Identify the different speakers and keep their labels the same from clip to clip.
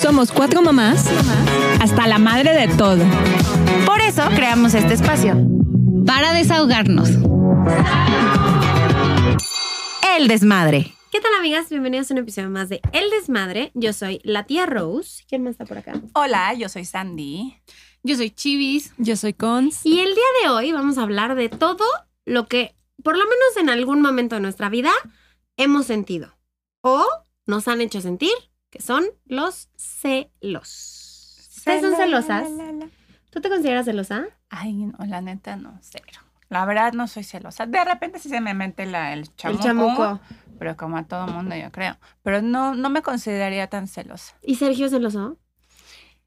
Speaker 1: Somos cuatro mamás
Speaker 2: hasta la madre de todo.
Speaker 3: Por eso creamos este espacio.
Speaker 4: para desahogarnos.
Speaker 3: El desmadre.
Speaker 5: ¿Qué tal, amigas? Bienvenidos a un episodio más de El Desmadre. Yo soy la tía Rose. ¿Quién más está por acá?
Speaker 6: Hola, yo soy Sandy.
Speaker 4: Yo soy Chivis.
Speaker 2: Yo soy Cons.
Speaker 5: Y el día de hoy vamos a hablar de todo lo que, por lo menos en algún momento de nuestra vida, hemos sentido o nos han hecho sentir, que son los celos. ¿Ustedes son celosas? ¿Tú te consideras celosa?
Speaker 6: Ay, no, la neta no, cero. La verdad no soy celosa. De repente sí se me mete la, el chamuco.
Speaker 5: El chamuco.
Speaker 6: Pero como a todo mundo, yo creo. Pero no, no me consideraría tan celosa.
Speaker 5: ¿Y Sergio es celoso?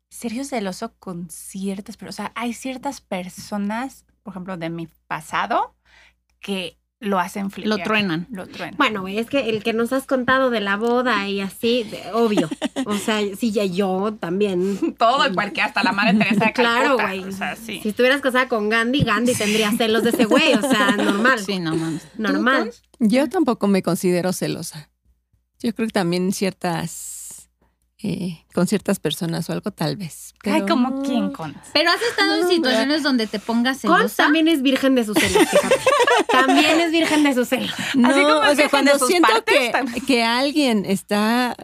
Speaker 6: Serio celoso con ciertas, pero, o sea, hay ciertas personas, por ejemplo, de mi pasado, que lo hacen
Speaker 4: Lo
Speaker 6: flipear.
Speaker 4: truenan.
Speaker 6: Lo truenan.
Speaker 5: Bueno, güey, es que el que nos has contado de la boda y así, de- obvio. O sea, sí, ya yo también.
Speaker 6: Todo y cualquier, hasta la madre Teresa de
Speaker 5: Claro,
Speaker 6: Calcuta.
Speaker 5: güey.
Speaker 6: O sea, sí.
Speaker 5: Si estuvieras casada con Gandhi, Gandhi tendría celos de ese güey. O sea, normal.
Speaker 4: Sí, no mames.
Speaker 5: normal.
Speaker 1: Yo tampoco me considero celosa. Yo creo que también ciertas, eh, con ciertas personas o algo tal vez.
Speaker 6: Ay,
Speaker 1: pero-
Speaker 6: como quién conoce.
Speaker 4: Pero has estado en situaciones donde te pongas
Speaker 5: Cons
Speaker 4: celosa.
Speaker 5: también es virgen de sus celos, fíjate. También es virgen de sus celos.
Speaker 1: No,
Speaker 6: Así como
Speaker 1: o
Speaker 6: es
Speaker 1: sea,
Speaker 6: virgen
Speaker 1: cuando
Speaker 6: de sus
Speaker 1: siento
Speaker 6: partes,
Speaker 1: que,
Speaker 6: también.
Speaker 1: que alguien está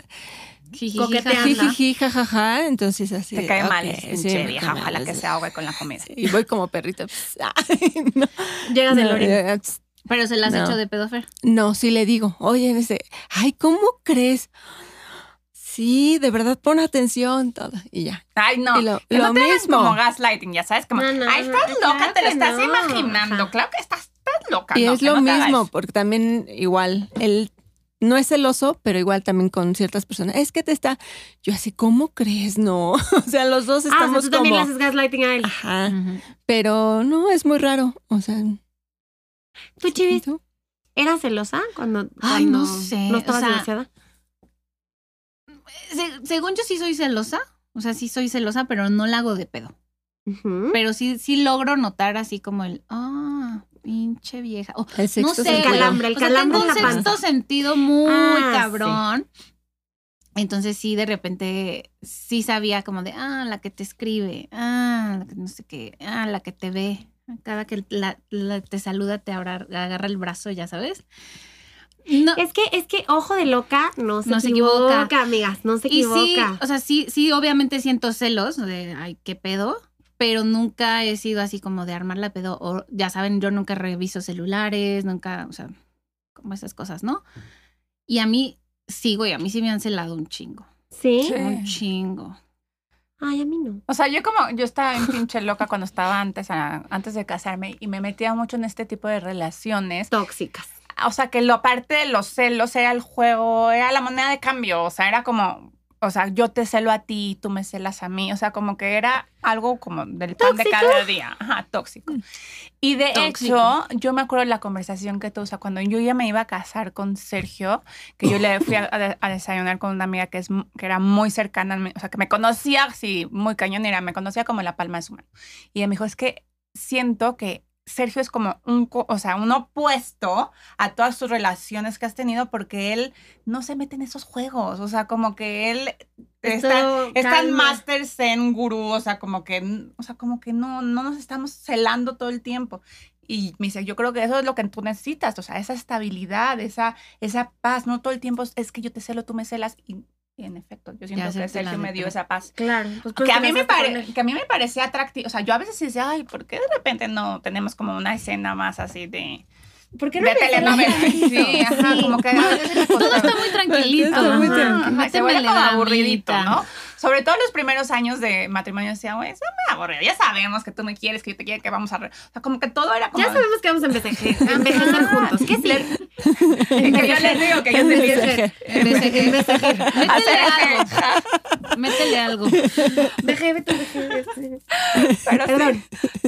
Speaker 4: Jijiji,
Speaker 5: Coqueteando.
Speaker 4: jajaja.
Speaker 1: jijiji, jajaja, entonces así.
Speaker 6: Te
Speaker 1: de,
Speaker 6: cae mal,
Speaker 1: ok,
Speaker 6: es
Speaker 1: sí,
Speaker 6: pinche
Speaker 1: me
Speaker 6: vieja,
Speaker 1: cae mal,
Speaker 6: ojalá que
Speaker 1: sí.
Speaker 6: se ahogue con la comida.
Speaker 1: Y voy como perrito. pss, ay, no,
Speaker 5: Llegas del
Speaker 1: no,
Speaker 5: orín.
Speaker 1: eh, pss,
Speaker 4: Pero se las has
Speaker 1: No.
Speaker 4: hecho de pedofer.
Speaker 1: No, sí le digo, oye, dice, ay, ¿cómo crees? Sí, de verdad, pon atención, todo. Y ya.
Speaker 6: Ay, no.
Speaker 1: Y lo,
Speaker 6: Que
Speaker 1: lo
Speaker 6: no te hagas
Speaker 1: mismo.
Speaker 6: como gaslighting, ya sabes, como,
Speaker 5: No, no,
Speaker 6: ay, estás
Speaker 5: no,
Speaker 6: loca,
Speaker 5: claro
Speaker 6: te lo
Speaker 5: que
Speaker 6: estás
Speaker 5: no.
Speaker 6: imaginando,
Speaker 5: Ajá.
Speaker 6: claro que estás, estás loca.
Speaker 1: Y
Speaker 6: no,
Speaker 1: es
Speaker 6: que
Speaker 1: lo
Speaker 6: no te hagas.
Speaker 1: mismo, porque también igual, él no es celoso, pero igual también con ciertas personas. Es que te está, yo así, ¿cómo crees? No. O sea, los dos
Speaker 5: Ah, o sea,
Speaker 1: estamos
Speaker 5: tú también
Speaker 1: como.
Speaker 5: le haces gaslighting a él.
Speaker 4: Ah,
Speaker 1: Ajá.
Speaker 4: Ujú.
Speaker 1: Pero no, es muy raro. O sea,
Speaker 5: ¿Tú, Chivis,
Speaker 1: ¿tú?
Speaker 5: eras celosa cuando,
Speaker 4: Ay,
Speaker 5: cuando
Speaker 4: no sé,
Speaker 5: no
Speaker 4: o
Speaker 5: estabas
Speaker 4: sea,
Speaker 5: divorciada?
Speaker 4: Se- según yo sí soy celosa. O sea, sí soy celosa, pero no la hago de pedo.
Speaker 5: Ujú.
Speaker 4: Pero sí, sí logro notar así como el, ah, pinche vieja. O
Speaker 1: El sexto
Speaker 4: no sé,
Speaker 1: sentido.
Speaker 5: El calambre, el
Speaker 4: güey. O sea,
Speaker 5: calambre
Speaker 4: tengo
Speaker 5: en la
Speaker 4: un sexto sentido muy
Speaker 5: Ah,
Speaker 4: cabrón. Entonces sí, de repente sí sabía como de, ah, la que te escribe, ah, la que no sé qué, ah, la que te ve. Cada que la- la te saluda, te abra- agarra el brazo, ya sabes. No,
Speaker 5: Es que, es que ojo de loca no se,
Speaker 4: No se
Speaker 5: equivoca,
Speaker 4: equivoca.
Speaker 5: amigas, no se
Speaker 4: y sí,
Speaker 5: equivoca.
Speaker 4: o sea, sí, sí, obviamente siento celos de, ay, qué pedo, pero nunca he sido así como de armar la pedo. O, ya saben, yo nunca reviso celulares, nunca, o sea, como esas cosas, ¿no? Y a mí, sí, güey, a mí sí me han celado un chingo,
Speaker 5: sí.
Speaker 4: un chingo.
Speaker 5: Ay, a mí no.
Speaker 6: O sea, yo como, yo estaba en pinche loca cuando estaba antes, a- antes de casarme y me metía mucho en este tipo de relaciones.
Speaker 5: Tóxicas.
Speaker 6: O sea, que lo aparte de los celos era el juego, era la moneda de cambio, o sea, era como... O sea, yo te celo a ti, tú me celas a mí. O sea, como que era algo como del pan de
Speaker 5: ¿Tóxico?
Speaker 6: cada día. Ajá, tóxico. Y de
Speaker 4: Tóxico.
Speaker 6: hecho, yo me acuerdo de la conversación que tú, o sea, cuando yo ya me iba a casar con Sergio, que yo le fui a, a de- a desayunar con una amiga que, es, m- que era muy cercana, a mí, o sea, que me conocía, sí, muy cañonera, me conocía como la palma de su mano. Y ella me dijo, es que siento que Sergio es como un, co- o sea, un opuesto a todas sus relaciones que has tenido porque él no se mete en esos juegos, o sea, como que él está...
Speaker 5: Todo
Speaker 6: Es tan
Speaker 5: calma.
Speaker 6: master zen gurú, o sea, como que, o sea, como que no, no nos estamos celando todo el tiempo. Y me dice, yo creo que eso es lo que tú necesitas, o sea, esa estabilidad, esa, esa paz, no todo el tiempo es- es que yo te celo, tú me celas. Y, y en efecto, yo siento que
Speaker 4: hacerte
Speaker 6: Sergio
Speaker 4: la de
Speaker 6: me dio
Speaker 4: pedo.
Speaker 6: esa paz.
Speaker 5: Claro. pues por
Speaker 6: Que
Speaker 5: eso
Speaker 6: a, mí
Speaker 5: te
Speaker 6: me
Speaker 5: casaste
Speaker 6: pare-
Speaker 5: con él.
Speaker 6: que a mí me parecía atractivo. O sea, yo a veces decía, ay, ¿por qué de repente no tenemos como una escena más así de,
Speaker 5: ¿Por qué no
Speaker 6: de
Speaker 5: me
Speaker 6: telenovela?
Speaker 5: celas?
Speaker 6: Sí, ajá, como que... a veces me
Speaker 4: Todo
Speaker 6: costaba.
Speaker 4: está muy tranquilito.
Speaker 1: Todo muy
Speaker 4: ajá,
Speaker 1: tranquilo.
Speaker 4: no
Speaker 6: Ay,
Speaker 4: te
Speaker 6: se vuelve como
Speaker 4: melegramita.
Speaker 6: aburridito, ¿no? Sobre todo los primeros años de matrimonio decía, güey, eso me aburrido. Ya sabemos que tú me quieres, que yo te quiero, que vamos a... re-". O sea, como que todo era como...
Speaker 5: Ya sabemos que vamos a envejecer, a envejecer juntos. ¿Qué sí?
Speaker 6: que yo les digo que yo les digo.
Speaker 5: Envejecer.
Speaker 4: Envejecer.
Speaker 5: Envejecer.
Speaker 4: Métele algo, métele algo.
Speaker 5: Dejé, vete, dejé.
Speaker 6: Pero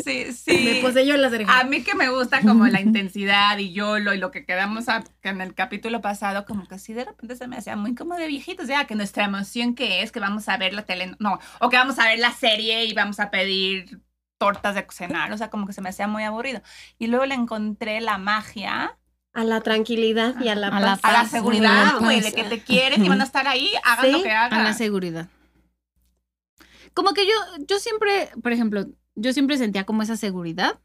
Speaker 6: sí, sí,
Speaker 5: Me
Speaker 6: sí.
Speaker 5: poseyó las
Speaker 6: A
Speaker 5: orejas.
Speaker 6: mí que me gusta como la intensidad y YOLO y lo que quedamos a- que en el capítulo pasado, como que sí de repente se me hacía muy como de viejitos, ya que nuestra emoción que es que vamos a ver la tele, no, o que vamos a ver la serie y vamos a pedir tortas de cenar, o sea, como que se me hacía muy aburrido. Y luego le encontré la magia
Speaker 5: A la tranquilidad y a la
Speaker 4: A la
Speaker 5: paz.
Speaker 6: a la
Speaker 4: Paz,
Speaker 6: seguridad,
Speaker 1: muy
Speaker 6: güey, de
Speaker 1: paz.
Speaker 6: que te quieren y pues. van a estar ahí, hagan
Speaker 5: Sí,
Speaker 6: lo que
Speaker 4: A la
Speaker 6: hagan.
Speaker 4: seguridad. Como que yo, yo siempre, por ejemplo, yo siempre sentía como esa seguridad,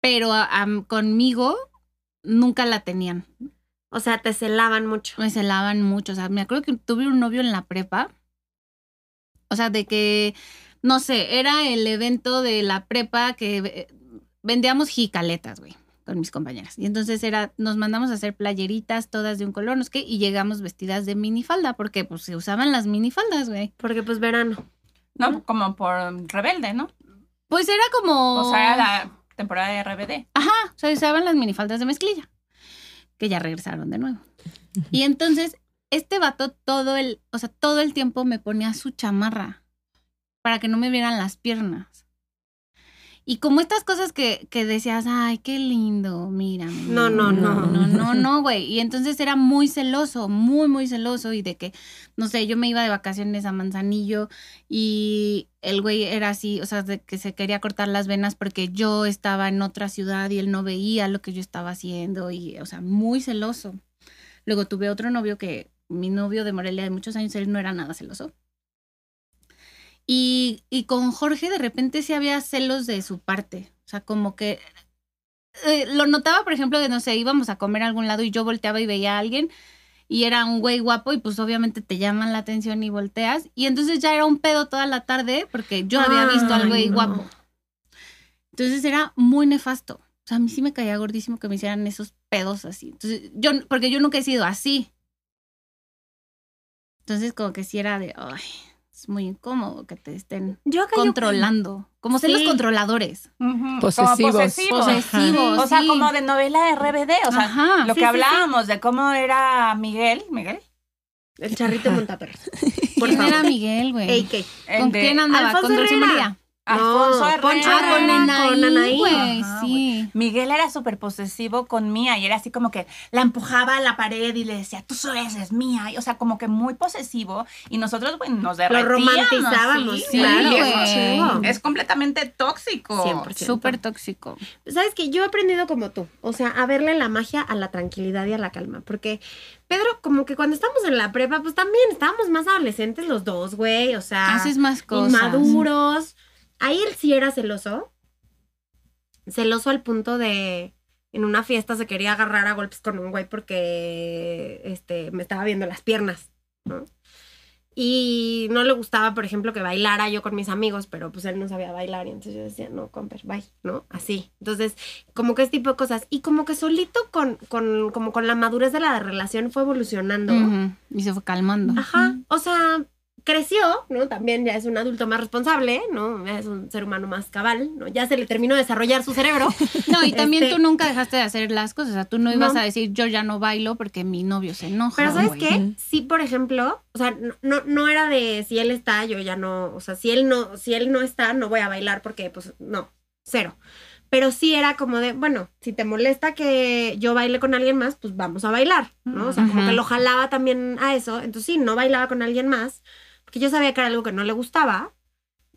Speaker 4: pero a- a- conmigo nunca la tenían.
Speaker 5: O sea, te celaban mucho.
Speaker 4: Me celaban mucho. O sea, me acuerdo que tuve un novio en la prepa. O sea, de que, no sé, era el evento de la prepa que eh, vendíamos jicaletas, güey, con mis compañeras. Y entonces era, nos mandamos a hacer playeritas todas de un color, no sé qué, y llegamos vestidas de minifalda, porque pues se usaban las minifaldas, güey.
Speaker 5: Porque pues verano.
Speaker 6: No, como por Rebelde, ¿no?
Speaker 4: Pues era como...
Speaker 6: O sea, la temporada de RBD.
Speaker 4: Ajá, se usaban las minifaldas de mezclilla, que ya regresaron de nuevo. Y entonces, este vato todo el, o sea, todo el tiempo me ponía su chamarra para que no me vieran las piernas. Y como estas cosas que, que decías, ay, qué lindo, mira.
Speaker 5: No, no, no.
Speaker 4: No, no, no, güey. Y entonces era muy celoso, muy, muy celoso. Y de que, no sé, yo me iba de vacaciones a Manzanillo y el güey era así, o sea, de que se quería cortar las venas porque yo estaba en otra ciudad y él no veía lo que yo estaba haciendo. Y, o sea, muy celoso. Luego tuve otro novio que, mi novio de Morelia de muchos años, él no era nada celoso. Y, y con Jorge de repente sí había celos de su parte. O sea, como que eh, lo notaba, por ejemplo, de no sé, íbamos a comer a algún lado y yo volteaba y veía a alguien y era un güey guapo y pues obviamente te llaman la atención y volteas. Y entonces ya era un pedo toda la tarde porque yo había visto al
Speaker 5: Ay,
Speaker 4: güey
Speaker 5: no.
Speaker 4: guapo. Entonces era muy nefasto. O sea, a mí sí me caía gordísimo que me hicieran esos pedos así. Entonces, yo, porque yo nunca he sido así. Entonces, como que sí era de, ay, es muy incómodo que te estén
Speaker 5: Yo acá yo-
Speaker 4: controlando. Como ser los
Speaker 5: Sí.
Speaker 4: controladores.
Speaker 6: Ujú,
Speaker 1: Posesivos.
Speaker 6: Como posesivos.
Speaker 4: Posesivos.
Speaker 6: O sea,
Speaker 4: sí.
Speaker 6: como de novela de RBD. O sea,
Speaker 4: Ajá.
Speaker 6: lo
Speaker 5: Ah, sí,
Speaker 6: que
Speaker 5: sí,
Speaker 6: hablábamos de cómo era Miguel. ¿Miguel?
Speaker 5: El charrito Montaperros. Por
Speaker 4: ¿Quién
Speaker 5: favor.
Speaker 4: era Miguel, güey?
Speaker 5: AK.
Speaker 6: El
Speaker 4: ¿Con
Speaker 6: de
Speaker 4: quién andaba?
Speaker 5: Alfonso
Speaker 4: con Dulce
Speaker 5: Herrera.
Speaker 4: María.
Speaker 6: Alfonso
Speaker 5: No,
Speaker 6: Herrera.
Speaker 5: Poncho
Speaker 4: Ah, con
Speaker 5: Herrera, con
Speaker 4: Anaí,
Speaker 5: Anaí.
Speaker 4: güey,
Speaker 6: Ajá,
Speaker 4: sí.
Speaker 6: Miguel era súper posesivo con Mía y era así como que la empujaba a la pared y le decía, tú solo eres mía. Y, o sea, como que muy posesivo. Y nosotros, bueno, nos
Speaker 5: Lo
Speaker 6: derretíamos.
Speaker 5: romantizábamos.
Speaker 6: sí,
Speaker 5: claro,
Speaker 6: güey.
Speaker 5: qué chido.
Speaker 6: Es completamente tóxico.
Speaker 5: 100%.
Speaker 4: Súper tóxico.
Speaker 5: Sabes que yo he aprendido como tú, o sea, a verle la magia a la tranquilidad y a la calma, porque Pedro, como que cuando estamos en la prepa, pues también estábamos más adolescentes los dos, güey, o sea,
Speaker 4: Haces más cosas.
Speaker 5: inmaduros. Ahí él sí era celoso, celoso al punto de en una fiesta se quería agarrar a golpes con un güey porque este me estaba viendo las piernas, ¿no? Y no le gustaba, por ejemplo, que bailara yo con mis amigos, pero pues él no sabía bailar y entonces yo decía, no, comper, bye, ¿no? Así. Entonces, como que este tipo de cosas. Y como que solito con, con, como con la madurez de la relación fue evolucionando.
Speaker 4: Ujú, Y se fue calmando.
Speaker 5: Ajá. O sea, creció, ¿no? También ya es un adulto más responsable, ¿no? Ya Es un ser humano más cabal, ¿no? Ya se le terminó de desarrollar su cerebro.
Speaker 4: No, y también
Speaker 5: Este-
Speaker 4: tú nunca dejaste de hacer las cosas. O sea, tú no ibas
Speaker 5: No.
Speaker 4: a decir, yo ya no bailo porque mi novio se enoja.
Speaker 5: Pero ¿sabes
Speaker 4: güey.
Speaker 5: qué? Sí, por ejemplo, o sea, no, no, no era de si él está, yo ya no, o sea, si él no, si él no está, no voy a bailar porque, pues, no, cero. Pero sí era como de, bueno, si te molesta que yo baile con alguien más, pues vamos a bailar, ¿no? O sea, como
Speaker 4: Ujú.
Speaker 5: que lo jalaba también a eso. Entonces sí, no bailaba con alguien más, porque yo sabía que era algo que no le gustaba.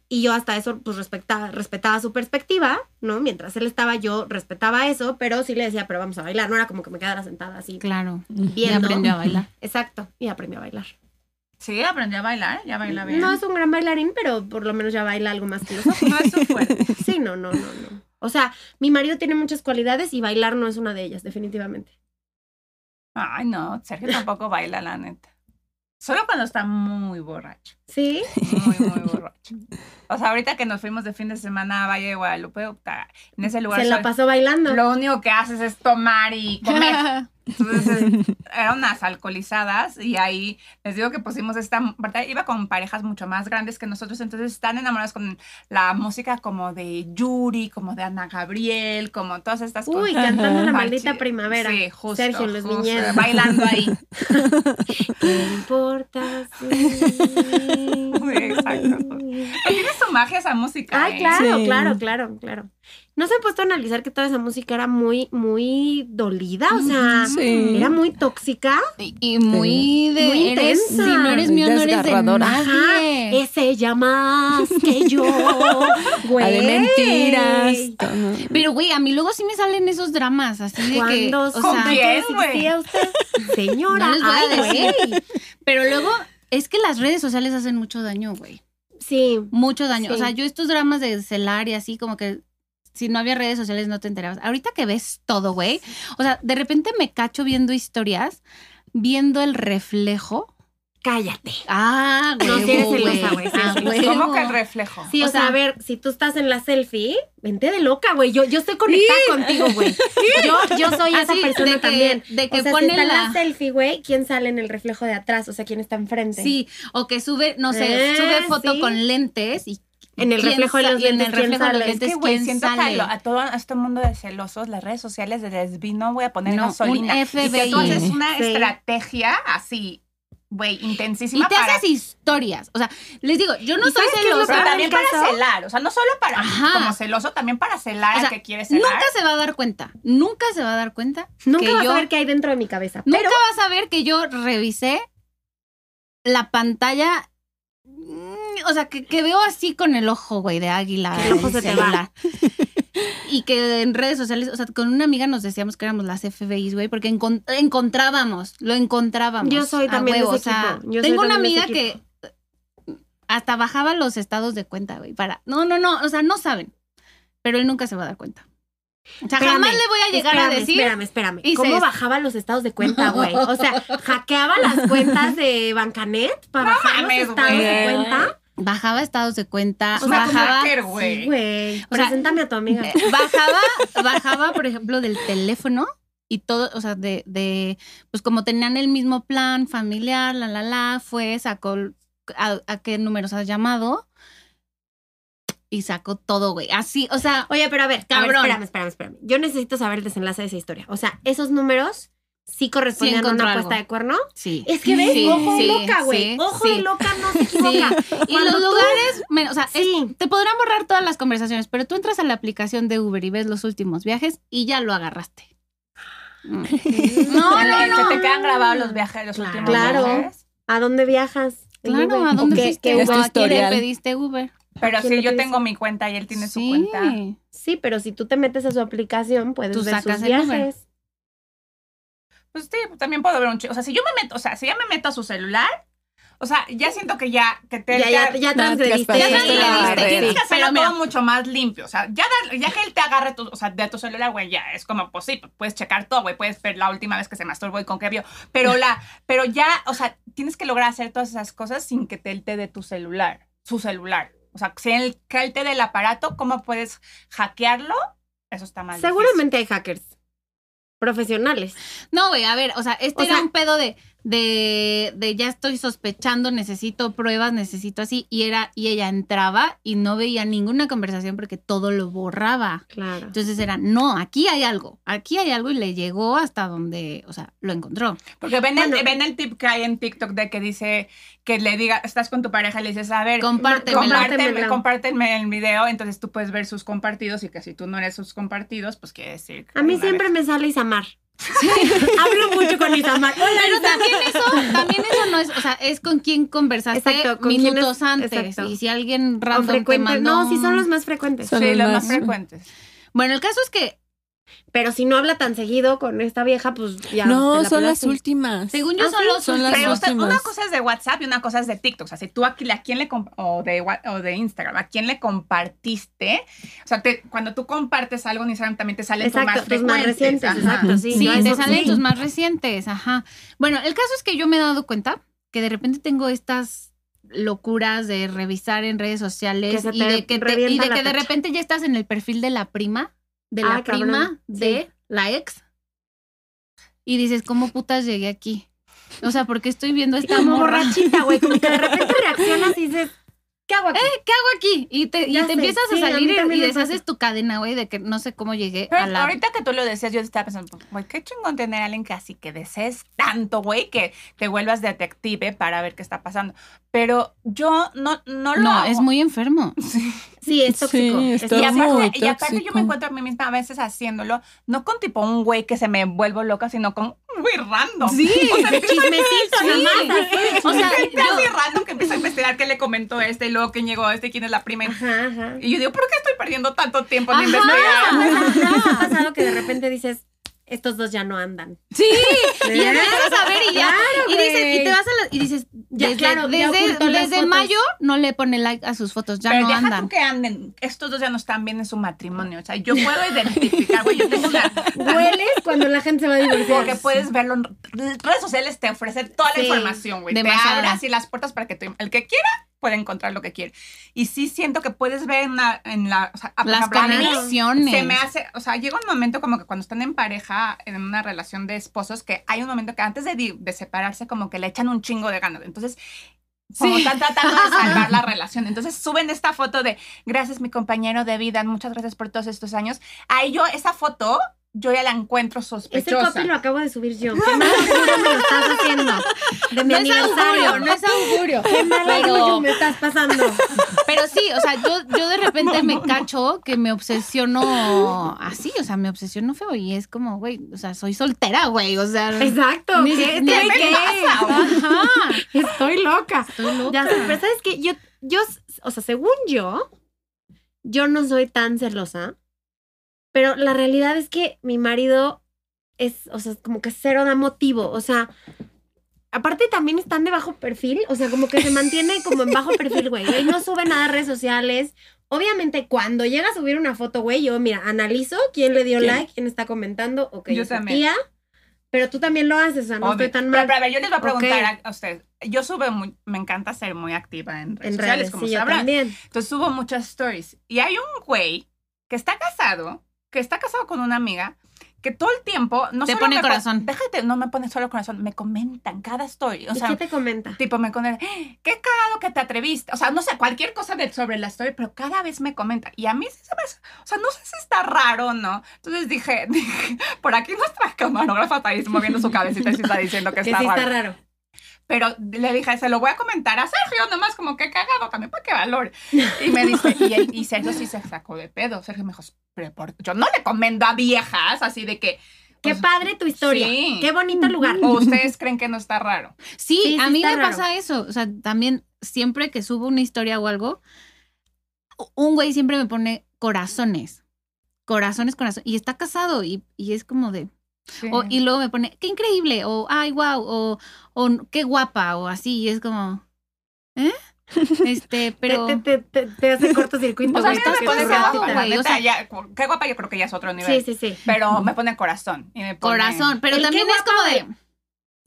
Speaker 5: Y yo hasta eso, pues, respectaba, respetaba su perspectiva, ¿no? Mientras él estaba, yo respetaba eso, pero sí le decía, pero vamos a bailar. No era como que me quedara sentada así.
Speaker 4: Claro. Y
Speaker 5: Viendo.
Speaker 4: aprendió a bailar.
Speaker 5: Exacto, y aprendió a bailar.
Speaker 6: Sí, aprendí a bailar, ya baila bien.
Speaker 5: No es un gran bailarín, pero por lo menos ya baila algo más que nosotros.
Speaker 6: No es su fuerte.
Speaker 5: Sí, no, no, no, no. O sea, mi marido tiene muchas cualidades y bailar no es una de ellas, definitivamente.
Speaker 6: Ay, no, Sergio tampoco baila, la neta. Solo cuando está muy borracho.
Speaker 5: ¿Sí?
Speaker 6: Muy, muy borracho. O sea, ahorita que nos fuimos de fin de semana a Valle de Guadalupe, puta, en ese lugar
Speaker 5: Se la
Speaker 6: sol-
Speaker 5: pasó bailando.
Speaker 6: lo único que haces es tomar y comer. Entonces, es- eran unas alcoholizadas y ahí les digo que pusimos esta parte, iba con parejas mucho más grandes que nosotros, entonces están enamorados con la música como de Yuri, como de Ana Gabriel, como todas estas
Speaker 5: Uy,
Speaker 6: cosas.
Speaker 5: cantando la
Speaker 6: Ay,
Speaker 5: maldita
Speaker 6: chido.
Speaker 5: primavera.
Speaker 6: Sí, justo,
Speaker 5: Sergio Luis
Speaker 6: justo,
Speaker 5: Viñedo.
Speaker 6: Bailando ahí.
Speaker 5: ¿Qué importa?
Speaker 6: Sí, exacto. Tiene su magia esa eh, múca.
Speaker 5: Ay, claro,
Speaker 1: Sí.
Speaker 5: claro, claro, claro. ¿No se han puesto a analizar que toda esa música era muy, muy dolida? O sea,
Speaker 1: Sí.
Speaker 5: era muy tóxica.
Speaker 4: Y, y muy de.
Speaker 5: Muy
Speaker 4: eres-
Speaker 5: intensa.
Speaker 4: Si no eres mío, no eres de
Speaker 1: Desgarradora.
Speaker 5: Ajá,
Speaker 4: nadie.
Speaker 5: Ah, es ella más que yo. Güey.
Speaker 1: Hay de mentiras. todo.
Speaker 4: Pero, güey, a mí luego sí me salen esos dramas así de que.
Speaker 5: Cuando
Speaker 4: O
Speaker 5: se
Speaker 6: ¿Con
Speaker 4: sea,
Speaker 6: quién?
Speaker 5: existía usted,
Speaker 4: no
Speaker 5: señora.
Speaker 4: les voy a
Speaker 5: Ay, güey.
Speaker 4: decir. Pero luego es que las redes sociales hacen mucho daño, güey.
Speaker 5: Sí.
Speaker 4: mucho daño.
Speaker 5: Sí.
Speaker 4: O sea, yo estos dramas de celar y así, como que si no había redes sociales no te enterabas. Ahorita que ves todo, güey. O sea, de repente me cacho viendo historias, viendo el reflejo.
Speaker 5: Cállate.
Speaker 4: Ah, güey.
Speaker 5: No, sí eres
Speaker 4: güey.
Speaker 5: celosa, güey, sí eres
Speaker 4: Ah,
Speaker 5: celosa.
Speaker 4: huevo.
Speaker 6: ¿Cómo que el reflejo?
Speaker 5: Sí, o,
Speaker 4: O
Speaker 5: sea,
Speaker 4: sea,
Speaker 5: a ver, si tú estás en la selfie, vente de loca, güey. Yo, yo estoy conectada contigo, güey. Yo, yo soy esa
Speaker 4: Así,
Speaker 5: persona
Speaker 4: Ah, de que,
Speaker 5: también.
Speaker 4: De
Speaker 5: O
Speaker 4: que
Speaker 5: sea, si
Speaker 4: pone
Speaker 5: está la...
Speaker 4: la...
Speaker 5: selfie, güey, ¿quién sale en el reflejo de atrás? O sea, ¿quién está enfrente?
Speaker 4: Sí, o que sube, no sé,
Speaker 5: Eh,
Speaker 4: sube foto
Speaker 5: sí.
Speaker 4: con lentes y
Speaker 5: En el
Speaker 4: ¿Quién
Speaker 5: reflejo de
Speaker 4: sa-
Speaker 5: los
Speaker 4: y en
Speaker 5: lentes,
Speaker 4: el
Speaker 5: ¿quién
Speaker 4: reflejo de los
Speaker 5: sale?
Speaker 6: Es que,
Speaker 4: Entonces,
Speaker 6: güey,
Speaker 4: ¿quién
Speaker 6: siento que a,
Speaker 4: sale?
Speaker 6: lo- a todo a este mundo de celosos, las redes sociales de desvino, voy a poner
Speaker 4: No, un
Speaker 6: gasolina. Y que tú
Speaker 4: FBI.
Speaker 6: haces una
Speaker 5: Sí.
Speaker 6: estrategia así, güey,
Speaker 4: y
Speaker 6: intensísima
Speaker 4: te
Speaker 6: para...
Speaker 4: haces historias. O sea, les digo, yo no
Speaker 5: ¿Y
Speaker 4: soy
Speaker 5: sabes qué es lo
Speaker 4: celosa.
Speaker 6: pero
Speaker 5: peor
Speaker 6: también
Speaker 5: en el
Speaker 6: para
Speaker 5: caso?
Speaker 6: celar, o sea, no solo para
Speaker 4: Ajá.
Speaker 6: como celoso, también para celar
Speaker 4: O sea,
Speaker 6: al que quieres celar.
Speaker 4: Nunca se va a dar cuenta, nunca se va a dar cuenta
Speaker 5: Nunca
Speaker 4: que
Speaker 5: vas
Speaker 4: yo-
Speaker 5: a ver qué hay dentro de mi cabeza.
Speaker 4: Nunca
Speaker 5: Pero
Speaker 4: vas a ver que yo revisé la pantalla. mm, O sea, que, que veo así con el ojo, güey, de águila.
Speaker 5: Que el ojo
Speaker 4: en
Speaker 5: se te
Speaker 4: celular. Y que en redes sociales, o sea, con una amiga nos decíamos que éramos las FBIs, güey, porque encon- encontrábamos, lo encontrábamos.
Speaker 5: Yo soy
Speaker 4: a
Speaker 5: también de
Speaker 4: huevo,
Speaker 5: ese equipo. Yo soy
Speaker 4: tengo una
Speaker 5: también de
Speaker 4: amiga
Speaker 5: ese
Speaker 4: que hasta bajaba los estados de cuenta, güey, para. No, no, no, o sea, no saben. Pero él nunca se va a dar cuenta. O sea,
Speaker 5: Espérame,
Speaker 4: jamás le voy a llegar
Speaker 5: espérame,
Speaker 4: a decir.
Speaker 5: Espérame, espérame.
Speaker 4: hice
Speaker 5: ¿Cómo
Speaker 4: esto?
Speaker 5: bajaba los estados de cuenta, güey? O sea, hackeaba las cuentas de Bancanet para bajar
Speaker 6: mames,
Speaker 5: los estados de
Speaker 6: güey.
Speaker 5: cuenta.
Speaker 4: Bajaba estados de cuenta,
Speaker 5: O sea, como
Speaker 4: bajaba.
Speaker 6: hacker,
Speaker 5: Sí,
Speaker 6: güey.
Speaker 5: güey.
Speaker 4: O sea,
Speaker 5: Preséntame a tu amiga.
Speaker 4: Eh, bajaba, bajaba, por ejemplo, del teléfono y todo, o sea, de, de, pues como tenían el mismo plan familiar, la, la, la, fue, sacó a, a qué números has llamado y sacó todo, güey. Así, o sea,
Speaker 5: Oye, pero a ver, a ver,
Speaker 4: Cabrón.
Speaker 5: espérame, espérame, espérame. Yo necesito saber el desenlace de esa historia. O sea, esos números sí correspondían a
Speaker 4: Sí encontró
Speaker 5: una
Speaker 4: algo.
Speaker 5: apuesta de cuerno.
Speaker 4: sí.
Speaker 5: Es que ves,
Speaker 4: Sí,
Speaker 5: ojo de
Speaker 4: sí,
Speaker 5: loca, güey.
Speaker 4: sí,
Speaker 5: ojo
Speaker 4: sí.
Speaker 5: de loca no se equivoca.
Speaker 4: Y
Speaker 5: Cuando
Speaker 4: los
Speaker 5: tú-
Speaker 4: lugares, men- o sea, es-
Speaker 5: Sí.
Speaker 4: te podrán borrar todas las conversaciones, pero tú entras a la aplicación de Uber y ves los últimos viajes y ya lo agarraste. Mm. No,
Speaker 6: Se
Speaker 4: no,
Speaker 6: te-
Speaker 4: no.
Speaker 6: Se te quedan grabados los viajes, los
Speaker 5: Claro.
Speaker 6: últimos
Speaker 5: Claro.
Speaker 6: viajes.
Speaker 5: ¿A dónde viajas? En
Speaker 4: Claro,
Speaker 5: Uber. este
Speaker 4: ¿a dónde
Speaker 5: ¿O qué-
Speaker 4: fuiste?
Speaker 5: qué
Speaker 1: Es
Speaker 4: Uber?
Speaker 1: tu
Speaker 4: ¿A quién le
Speaker 1: historial.
Speaker 4: pediste Uber?
Speaker 6: Pero
Speaker 5: ¿Quién
Speaker 6: sí,
Speaker 5: lo
Speaker 6: yo
Speaker 5: piensa?
Speaker 6: tengo mi cuenta y él tiene su
Speaker 4: Sí.
Speaker 6: cuenta.
Speaker 5: Sí, pero si tú te metes a su aplicación, puedes
Speaker 4: Tú
Speaker 5: ver
Speaker 4: sacas
Speaker 5: sus
Speaker 4: el Uber.
Speaker 5: viajes.
Speaker 6: Pues sí, también puedo ver un chico. O sea, si yo me meto, o sea, si ya me meto a su celular, o sea, ya siento que ya, que te.
Speaker 5: Ya, ya, ya
Speaker 1: No,
Speaker 5: transgrediste.
Speaker 1: te has
Speaker 4: Ya
Speaker 1: pasado.
Speaker 4: sabes
Speaker 1: la
Speaker 4: que
Speaker 1: barrera.
Speaker 4: viste,
Speaker 6: Tienes
Speaker 4: tienes
Speaker 6: que
Speaker 4: que
Speaker 6: hacerlo
Speaker 4: hacerlo, mira,
Speaker 6: todo mucho más limpio. O sea, ya, dar- ya que él te agarre tu, o sea, de tu celular, güey, ya es como, pues sí, puedes checar todo, güey, puedes ver la última vez que se masturbó y con qué vio. Pero, la, pero ya, o sea, tienes que lograr hacer todas esas cosas sin que te- él te dé tu celular, su celular. O sea, si él, que él te dé el aparato, ¿cómo puedes hackearlo? Eso está mal.
Speaker 5: Seguramente hay hackers profesionales.
Speaker 4: No, güey, a ver, o sea, este
Speaker 5: O
Speaker 4: era
Speaker 5: sea-
Speaker 4: un pedo de, de, de ya estoy sospechando, necesito pruebas, necesito así, y era, y ella entraba y no veía ninguna conversación porque todo lo borraba.
Speaker 5: Claro.
Speaker 4: Entonces era, no, aquí hay algo, aquí hay algo y le llegó hasta donde, o sea, lo encontró.
Speaker 6: Porque ven, el,
Speaker 5: Bueno.
Speaker 6: ven el tip que hay en TikTok de que dice que le diga, estás con tu pareja y le dices, a ver,
Speaker 4: Compártemelo.
Speaker 6: compárteme,
Speaker 5: Compártemelo.
Speaker 6: compárteme el video, entonces tú puedes ver sus compartidos y que si tú no eres sus compartidos, pues quiere decir. que
Speaker 5: A mí
Speaker 6: una
Speaker 5: siempre
Speaker 6: vez-
Speaker 5: me sale Isamar. Hablo mucho con Isamar. Hola,
Speaker 4: Pero
Speaker 5: Isamar.
Speaker 4: también eso, también eso no es, o sea, es con quien conversaste
Speaker 5: Exacto, con quién
Speaker 4: minutos
Speaker 5: es-
Speaker 4: antes.
Speaker 5: exacto.
Speaker 4: Y si
Speaker 5: O
Speaker 4: alguien random te
Speaker 5: frecuentes.
Speaker 4: mandó
Speaker 5: No, sí son
Speaker 4: un-
Speaker 5: los más frecuentes.
Speaker 1: Son
Speaker 6: Sí,
Speaker 1: los
Speaker 6: los más
Speaker 1: más-
Speaker 6: frecuentes.
Speaker 4: Bueno, el caso es que
Speaker 5: Pero si no habla tan seguido con esta vieja, pues ya. te
Speaker 1: No,
Speaker 5: la
Speaker 1: son las
Speaker 5: pelaste.
Speaker 1: últimas.
Speaker 4: Según yo
Speaker 5: Ah,
Speaker 4: son
Speaker 5: sí,
Speaker 4: los
Speaker 1: son las
Speaker 4: últimos.
Speaker 6: Pero usted- una
Speaker 1: últimas.
Speaker 6: cosa es de WhatsApp y una cosa es de TikTok. O sea, si tú aquí, a quién le comp- o de, wa- o de Instagram, a quién le compartiste. O sea, te- cuando tú compartes algo en Instagram también te salen tus
Speaker 5: Exacto,
Speaker 6: más
Speaker 5: tus más
Speaker 6: frecuentes.
Speaker 5: recientes.
Speaker 6: ajá.
Speaker 5: Exacto, sí.
Speaker 4: Sí,
Speaker 5: yo
Speaker 4: te
Speaker 5: eso
Speaker 4: salen
Speaker 5: sí.
Speaker 4: tus más recientes, ajá. Bueno, el caso es que yo me he dado cuenta que de repente tengo estas locuras de revisar en redes
Speaker 5: Que
Speaker 4: sociales
Speaker 5: se
Speaker 4: y
Speaker 5: te
Speaker 4: de que, te-
Speaker 5: revienta
Speaker 4: y
Speaker 5: la
Speaker 4: de, que de
Speaker 5: tacha.
Speaker 4: repente ya estás en el perfil de la prima, de
Speaker 5: Ah,
Speaker 4: la
Speaker 5: cabrón,
Speaker 4: prima
Speaker 5: sí.
Speaker 4: de la ex. Y dices, ¿cómo putas llegué aquí? O sea, porque estoy viendo a esta
Speaker 5: Como
Speaker 4: morra.
Speaker 5: borrachita, güey. Como que de repente reaccionas y dices, ¿qué hago aquí?
Speaker 4: ¿Qué hago aquí? Y te, y
Speaker 5: Ya
Speaker 4: te
Speaker 5: sé,
Speaker 4: empiezas
Speaker 5: sí, a
Speaker 4: a
Speaker 5: mí
Speaker 4: salir y-
Speaker 5: también
Speaker 4: y
Speaker 5: me
Speaker 4: deshaces
Speaker 5: pasa.
Speaker 4: tu cadena, güey, de que no sé cómo llegué
Speaker 6: Pero
Speaker 4: a la
Speaker 6: ahorita que tú lo decías, yo estaba pensando, güey, qué chingón tener a alguien que así que desees tanto, güey, que te vuelvas detective para ver qué está pasando. Pero yo no, no lo
Speaker 4: No,
Speaker 6: hago.
Speaker 4: es muy enfermo.
Speaker 5: Sí, es tóxico.
Speaker 1: Sí,
Speaker 5: es
Speaker 1: está
Speaker 6: y
Speaker 5: tóxico.
Speaker 1: muy
Speaker 6: aparte, y aparte yo
Speaker 1: tóxico.
Speaker 6: me encuentro a mí misma a veces haciéndolo, no con tipo un güey que se me vuelvo loca, sino con un güey random.
Speaker 4: Sí,
Speaker 5: De chismecito, nada más.
Speaker 4: o sea, yo,
Speaker 6: Casi random que empieza a investigar qué le comentó este y luego quién llegó este y quién es la prima.
Speaker 5: Ajá, ajá.
Speaker 6: Y yo digo, ¿por qué estoy perdiendo tanto tiempo en
Speaker 4: Ajá.
Speaker 6: investigar?
Speaker 5: ¿No les ha pasado que de repente dices, estos dos ya no andan. ¿Eh?
Speaker 4: Sí, y empiezas a ver y ya.
Speaker 5: Claro,
Speaker 4: y, dices,
Speaker 5: güey.
Speaker 4: y te vas a la- y dices,
Speaker 5: Ya,
Speaker 4: desde,
Speaker 5: claro, ya
Speaker 4: desde-
Speaker 5: ocultó las
Speaker 4: desde
Speaker 5: fotos.
Speaker 4: mayo no le pone like a sus fotos, ya
Speaker 6: Pero
Speaker 4: no
Speaker 6: deja tú
Speaker 4: andan.
Speaker 6: que anden. Estos dos ya no están bien en su matrimonio. O sea, yo puedo identificar, güey. Yo tengo una.
Speaker 5: Hueles cuando la gente se va a divorciar.
Speaker 6: Porque puedes verlo en re- redes sociales, te ofrecen toda la
Speaker 4: Sí,
Speaker 6: información, güey. Te
Speaker 4: demasiada.
Speaker 6: abre así las puertas para que tú- el que quiera pueda encontrar lo que quiere. Y sí siento que puedes ver en la... En la o sea, por
Speaker 4: Las
Speaker 6: ejemplo, a mí
Speaker 4: conexiones.
Speaker 6: Se me hace, o sea, llega un momento como que cuando están en pareja, en una relación de esposos, que hay un momento que antes de, di- de separarse como que le echan un chingo de ganas. Entonces, como están tratando de salvar la relación. Entonces suben esta foto de, gracias mi compañero de vida, muchas gracias por todos estos años. Ahí yo, esa foto, yo ya la encuentro
Speaker 5: Este
Speaker 6: sospechosa.
Speaker 5: copy lo acabo de subir yo. Qué mal augurio me lo estás haciendo. De mi
Speaker 4: no es
Speaker 5: aniversario.
Speaker 4: augurio, no es augurio.
Speaker 5: Qué mal augurio
Speaker 4: Pero,
Speaker 5: me estás pasando.
Speaker 4: pero sí, o sea, yo, yo de repente me cacho que me obsesiono así, o sea, me obsesiono feo y es como, güey, o sea, soy soltera, güey, o sea.
Speaker 5: Exacto.
Speaker 4: Ni-
Speaker 5: ¿Qué?
Speaker 4: ni-
Speaker 5: ¿Qué?
Speaker 4: me
Speaker 5: ¿Qué?
Speaker 4: Ajá,
Speaker 5: Estoy loca.
Speaker 4: estoy loca.
Speaker 5: Ya sé, pero sabes que yo, yo, o sea, según yo, yo no soy tan celosa, pero la realidad es que mi marido es, o sea, como que cero da motivo, o sea, aparte también están de bajo perfil, o sea, como que se mantiene como en bajo perfil, güey, él no sube nada a redes sociales. Obviamente, cuando llega a subir una foto, güey, yo, mira, analizo quién le dio
Speaker 6: Sí.
Speaker 5: like, quién está comentando, ok,
Speaker 6: Yo
Speaker 5: es su
Speaker 6: también.
Speaker 5: tía, pero tú también lo haces, o sea, no
Speaker 6: Obvio.
Speaker 5: estoy tan
Speaker 6: Pero,
Speaker 5: mal.
Speaker 6: pero, a ver, yo les voy a preguntar
Speaker 5: Ok.
Speaker 6: a- a ustedes. Yo subo, muy- me encanta ser muy activa en redes
Speaker 5: en
Speaker 6: sociales,
Speaker 5: redes,
Speaker 6: como
Speaker 5: sí, yo
Speaker 6: sabrán.
Speaker 5: también.
Speaker 6: Entonces subo muchas stories. Y hay un güey que está casado, que está casado con una amiga, que todo el tiempo no
Speaker 4: Te
Speaker 6: solo
Speaker 4: pone
Speaker 6: me pon-
Speaker 4: corazón.
Speaker 6: Déjate, no me pone solo corazón, me comentan cada story. O
Speaker 5: ¿Y
Speaker 6: sea,
Speaker 5: qué te comenta?
Speaker 6: Tipo, me condenan, qué cagado que te atreviste. O sea, no sé, cualquier cosa de, sobre la story, pero cada vez me comenta. Y a mí sí se me hace- o sea, no sé si está raro o no. Entonces dije, dije, por aquí nuestra camarógrafa está ahí moviendo su cabecita y sí está diciendo que
Speaker 5: Que
Speaker 6: está
Speaker 5: sí
Speaker 6: raro.
Speaker 5: está raro.
Speaker 6: Pero le dije, se lo voy a comentar a Sergio, nomás como que cagado también, para qué valor. Y me dice, y, él- y Sergio sí se sacó de pedo. Sergio me dijo, "Pero por- yo no le comento a viejas así de que.
Speaker 5: Qué
Speaker 6: pues,
Speaker 5: padre tu historia.
Speaker 6: sí.
Speaker 5: Qué bonito lugar.
Speaker 6: O ustedes creen que no está raro.
Speaker 4: Sí,
Speaker 5: Sí, sí
Speaker 4: a mí
Speaker 5: está
Speaker 4: me
Speaker 5: raro.
Speaker 4: pasa eso. O sea, también siempre que subo una historia o algo, un güey siempre me pone corazones. Corazones, corazones. Y está casado y, y es como de... o- y luego me pone, qué increíble, o ay, wow, o, o qué guapa, o así. Y es como... ¿Eh? Este, pero...
Speaker 5: Te, te, te, te- te hace cortocircuito.
Speaker 6: O sea, a
Speaker 5: güey,
Speaker 6: mí no
Speaker 5: porque
Speaker 6: me pone
Speaker 5: te
Speaker 4: casado,
Speaker 6: guapa,
Speaker 5: rata.
Speaker 6: la
Speaker 4: güey, o
Speaker 6: neta,
Speaker 4: sea-
Speaker 6: ya, cu- qué guapa yo creo que ya es otro nivel.
Speaker 5: Sí, sí, sí.
Speaker 6: Pero me pone corazón. Y me pone-
Speaker 4: Corazón, pero
Speaker 5: El qué
Speaker 4: también es
Speaker 5: guapa,
Speaker 4: como de...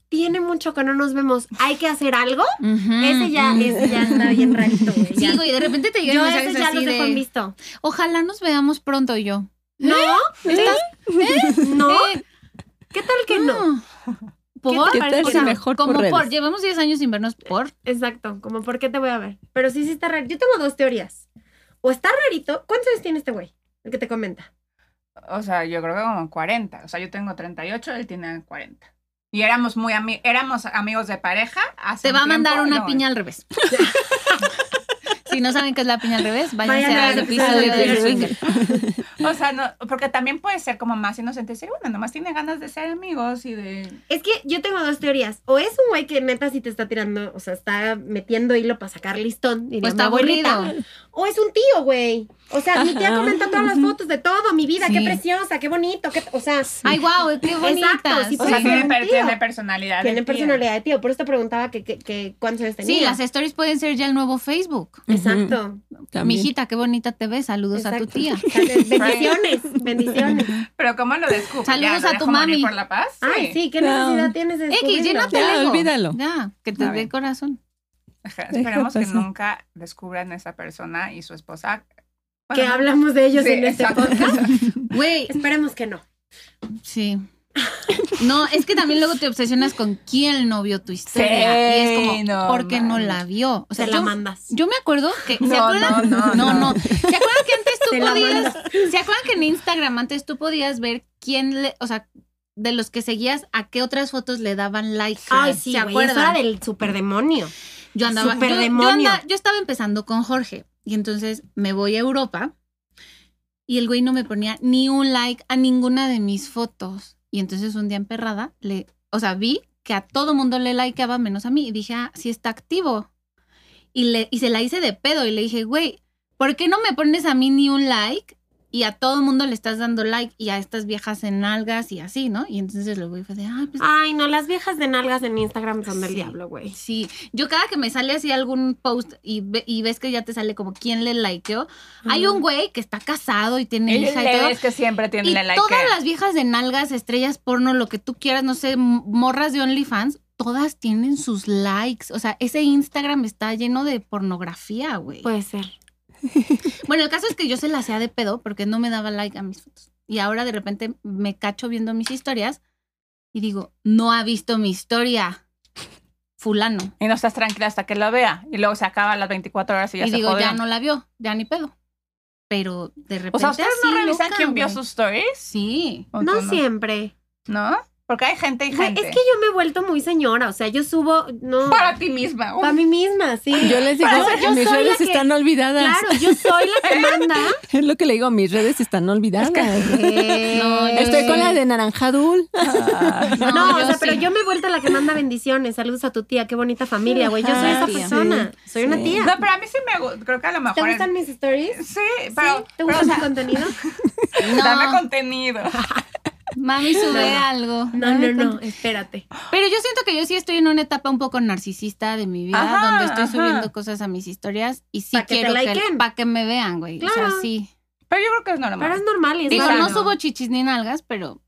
Speaker 5: Tiene mucho que no nos vemos. Hay que hacer algo.
Speaker 4: ujú,
Speaker 5: Ese ya,
Speaker 4: ujú.
Speaker 5: ese ya está bien rarito, güey. ya.
Speaker 4: Mm. Sí, güey, de repente te llegan
Speaker 5: Yo
Speaker 4: mensajes
Speaker 5: ese ya
Speaker 4: así
Speaker 5: los dejo en
Speaker 4: de,
Speaker 5: visto.
Speaker 4: Ojalá nos veamos pronto y yo.
Speaker 5: ¿No? ¿No?
Speaker 4: Eh, Mm.
Speaker 5: ¿Qué tal que no?
Speaker 4: ¿Por?
Speaker 1: ¿Qué tal
Speaker 4: O
Speaker 1: si
Speaker 4: sea,
Speaker 1: mejor por
Speaker 4: como por,
Speaker 1: redes?
Speaker 4: llevamos 10 años sin vernos
Speaker 5: Eh,
Speaker 4: por.
Speaker 5: Exacto. Como, ¿por qué te voy a ver? Pero sí, sí está raro. Yo tengo dos teorías. O está rarito. ¿Cuántos años tiene este güey? El que te comenta.
Speaker 6: O sea, yo creo que como 40. O sea, yo tengo 38, él tiene 40. Y éramos muy ami éramos amigos de pareja. Hace
Speaker 4: Te
Speaker 6: un
Speaker 4: va a mandar
Speaker 6: tiempo,
Speaker 4: una
Speaker 6: no.
Speaker 5: eh.
Speaker 4: piña al revés. si no saben qué es la piña al revés, váyanse
Speaker 5: Vayan a
Speaker 4: al
Speaker 5: ver
Speaker 4: episodio
Speaker 5: el
Speaker 4: de Pues
Speaker 5: episodio.
Speaker 4: Swinger.
Speaker 6: O sea, no, porque también puede ser como más inocente. Decir, bueno, nomás tiene ganas de ser amigos y de.
Speaker 5: Es que yo tengo dos teorías. O es un güey que neta sí te está tirando, o sea, está metiendo hilo para sacar listón. diría
Speaker 4: O está
Speaker 5: mi abuelita.
Speaker 4: aburrido.
Speaker 5: O es un tío, güey. O sea, mi tía
Speaker 1: Ajá.
Speaker 5: comenta todas las fotos de todo, mi vida,
Speaker 4: Sí.
Speaker 5: qué preciosa, qué bonito, qué, o sea,
Speaker 4: Ay, wow, qué bonita.
Speaker 5: sí
Speaker 6: O sea,
Speaker 5: Sí,
Speaker 6: tiene,
Speaker 5: un
Speaker 6: per-
Speaker 5: tío.
Speaker 6: tiene personalidad. de
Speaker 5: tienen
Speaker 6: tía.
Speaker 5: personalidad de tío. Por eso te preguntaba que, que, que cuántos años tenía.
Speaker 4: Sí, las stories pueden ser ya el nuevo Facebook.
Speaker 5: Exacto.
Speaker 4: Mijita, qué bonita te ves. Saludos a tu
Speaker 5: exacto.
Speaker 4: tía.
Speaker 5: O sea, de- bendiciones, bendiciones.
Speaker 6: Pero ¿cómo lo descubro? ¿Ya,
Speaker 4: Saludos
Speaker 6: lo
Speaker 4: a tu
Speaker 6: dejo morir
Speaker 4: mami.
Speaker 6: por la paz?
Speaker 5: Ay, sí, qué
Speaker 1: No.
Speaker 5: necesidad tienes de
Speaker 4: X,
Speaker 5: descubrirlo?
Speaker 4: llénate
Speaker 1: Ya,
Speaker 4: luego.
Speaker 1: olvídalo.
Speaker 4: Ya, que te
Speaker 6: A
Speaker 4: dé
Speaker 6: ver.
Speaker 4: corazón.
Speaker 6: Ajá, Esperemos que
Speaker 1: pasar.
Speaker 6: nunca descubran a esa persona y su esposa.
Speaker 5: Que
Speaker 6: Bueno,
Speaker 5: hablamos de ellos
Speaker 6: Sí,
Speaker 5: en este
Speaker 6: exacto.
Speaker 5: podcast.
Speaker 4: Güey,
Speaker 5: Esperemos que no.
Speaker 4: Sí. No, es que también luego te obsesionas con quién no vio tu historia.
Speaker 6: Sí,
Speaker 4: y es como,
Speaker 6: no
Speaker 4: ¿por qué no
Speaker 6: mames.
Speaker 4: la vio? O sea,
Speaker 5: Se la
Speaker 4: yo,
Speaker 5: mandas.
Speaker 4: yo me acuerdo que. ¿Se
Speaker 6: No,
Speaker 4: acuerdan?
Speaker 6: no, no, no.
Speaker 4: ¿Se acuerdan que antes tú
Speaker 5: Te la
Speaker 4: podías. ¿Se acuerdan que en Instagram antes tú podías ver quién le. O sea, de los que seguías, a qué otras fotos le daban like?
Speaker 5: Ay, sí,
Speaker 4: ¿Se
Speaker 5: güey, eso
Speaker 4: acuerdan?
Speaker 5: era del superdemonio.
Speaker 4: Yo andaba. Yo, yo
Speaker 5: Superdemonio.
Speaker 4: anda- yo estaba empezando con Jorge. Y entonces me voy a Europa. Y el güey no me ponía ni un like a ninguna de mis fotos. Y entonces un día emperrada, le, o sea, vi que a todo mundo le likeaba menos a mí. Y dije, ah, sí está activo. Y, le, y se la hice de pedo. Y le dije, güey, ¿por qué no me pones a mí ni un like? y a todo mundo le estás dando like y a estas viejas en algas y así, ¿no? Y entonces luego fue de, ay, pues
Speaker 5: Ay, no, las viejas de nalgas en Instagram son del
Speaker 4: Sí.
Speaker 5: diablo, güey.
Speaker 4: Sí, yo cada que me sale así algún post y, ve- y ves que ya te sale como quién le likeó. Hay un güey que está casado y tiene
Speaker 6: Y
Speaker 4: hija y todo.
Speaker 6: es que siempre tiene
Speaker 4: Y
Speaker 6: la like.
Speaker 4: todas las viejas de nalgas, estrellas porno, lo que tú quieras, no sé, m- morras de OnlyFans, todas tienen sus likes. O sea, ese Instagram está lleno de pornografía, güey.
Speaker 5: Puede ser.
Speaker 4: Bueno, el caso es que yo se la hacía de pedo porque no me daba like a mis fotos. Y ahora de repente me cacho viendo mis historias y digo, no ha visto mi historia. Fulano.
Speaker 6: Y no estás tranquila hasta que lo vea. Y luego se acaba las 24 horas y ya
Speaker 4: y
Speaker 6: se
Speaker 4: digo, ya
Speaker 6: jodieron.
Speaker 4: no la vio, ya ni pedo. Pero de repente.
Speaker 6: O sea, ¿ustedes no
Speaker 4: así,
Speaker 6: revisan
Speaker 4: loca,
Speaker 6: quién vio
Speaker 4: güey.
Speaker 6: sus stories?
Speaker 4: Sí.
Speaker 6: ¿O
Speaker 5: No
Speaker 6: tú
Speaker 5: siempre.
Speaker 6: ¿No? Porque hay gente y
Speaker 5: Güey,
Speaker 6: gente.
Speaker 5: es que yo me he vuelto muy señora. O sea, yo subo. No.
Speaker 6: Para ti misma.
Speaker 5: Para mí misma, sí.
Speaker 1: Yo les digo,
Speaker 5: Pero, o sea, yo
Speaker 1: mis
Speaker 5: soy la
Speaker 1: redes
Speaker 5: que-
Speaker 1: están olvidadas.
Speaker 5: Claro, yo soy la que manda.
Speaker 1: Es lo que le digo, mis redes están olvidadas.
Speaker 4: No, yo
Speaker 1: Estoy
Speaker 4: sí.
Speaker 1: con la de Naranjadul.
Speaker 5: No, o
Speaker 4: yo
Speaker 5: sea, pero
Speaker 4: sí.
Speaker 5: yo me he vuelto la que manda bendiciones. Saludos a tu tía, qué bonita familia, güey. Yo soy
Speaker 4: Ajá,
Speaker 5: esa
Speaker 4: tía.
Speaker 5: persona. Soy una tía.
Speaker 6: No, pero a mí sí me gusta. Creo que a lo mejor.
Speaker 5: ¿Te gustan mis stories?
Speaker 6: Sí, pero.
Speaker 5: ¿Te
Speaker 6: pero,
Speaker 5: gusta
Speaker 6: o sea,
Speaker 5: mi contenido?
Speaker 4: No,
Speaker 6: Dame contenido.
Speaker 4: mami sube algo.
Speaker 5: No, no, no, espérate.
Speaker 4: Pero yo siento que yo sí estoy en una etapa un poco narcisista de mi vida,
Speaker 6: Ajá,
Speaker 4: donde estoy
Speaker 6: ajá.
Speaker 4: subiendo cosas a mis historias y sí
Speaker 5: Pa' que te
Speaker 4: quiero
Speaker 5: likeen.
Speaker 4: para que me vean, güey. O
Speaker 5: Claro.
Speaker 4: sea, sí.
Speaker 6: Pero yo creo que es
Speaker 5: Pero es
Speaker 6: normal.
Speaker 5: normal y es
Speaker 4: Digo,
Speaker 5: sano.
Speaker 4: no subo chichis ni nalgas, pero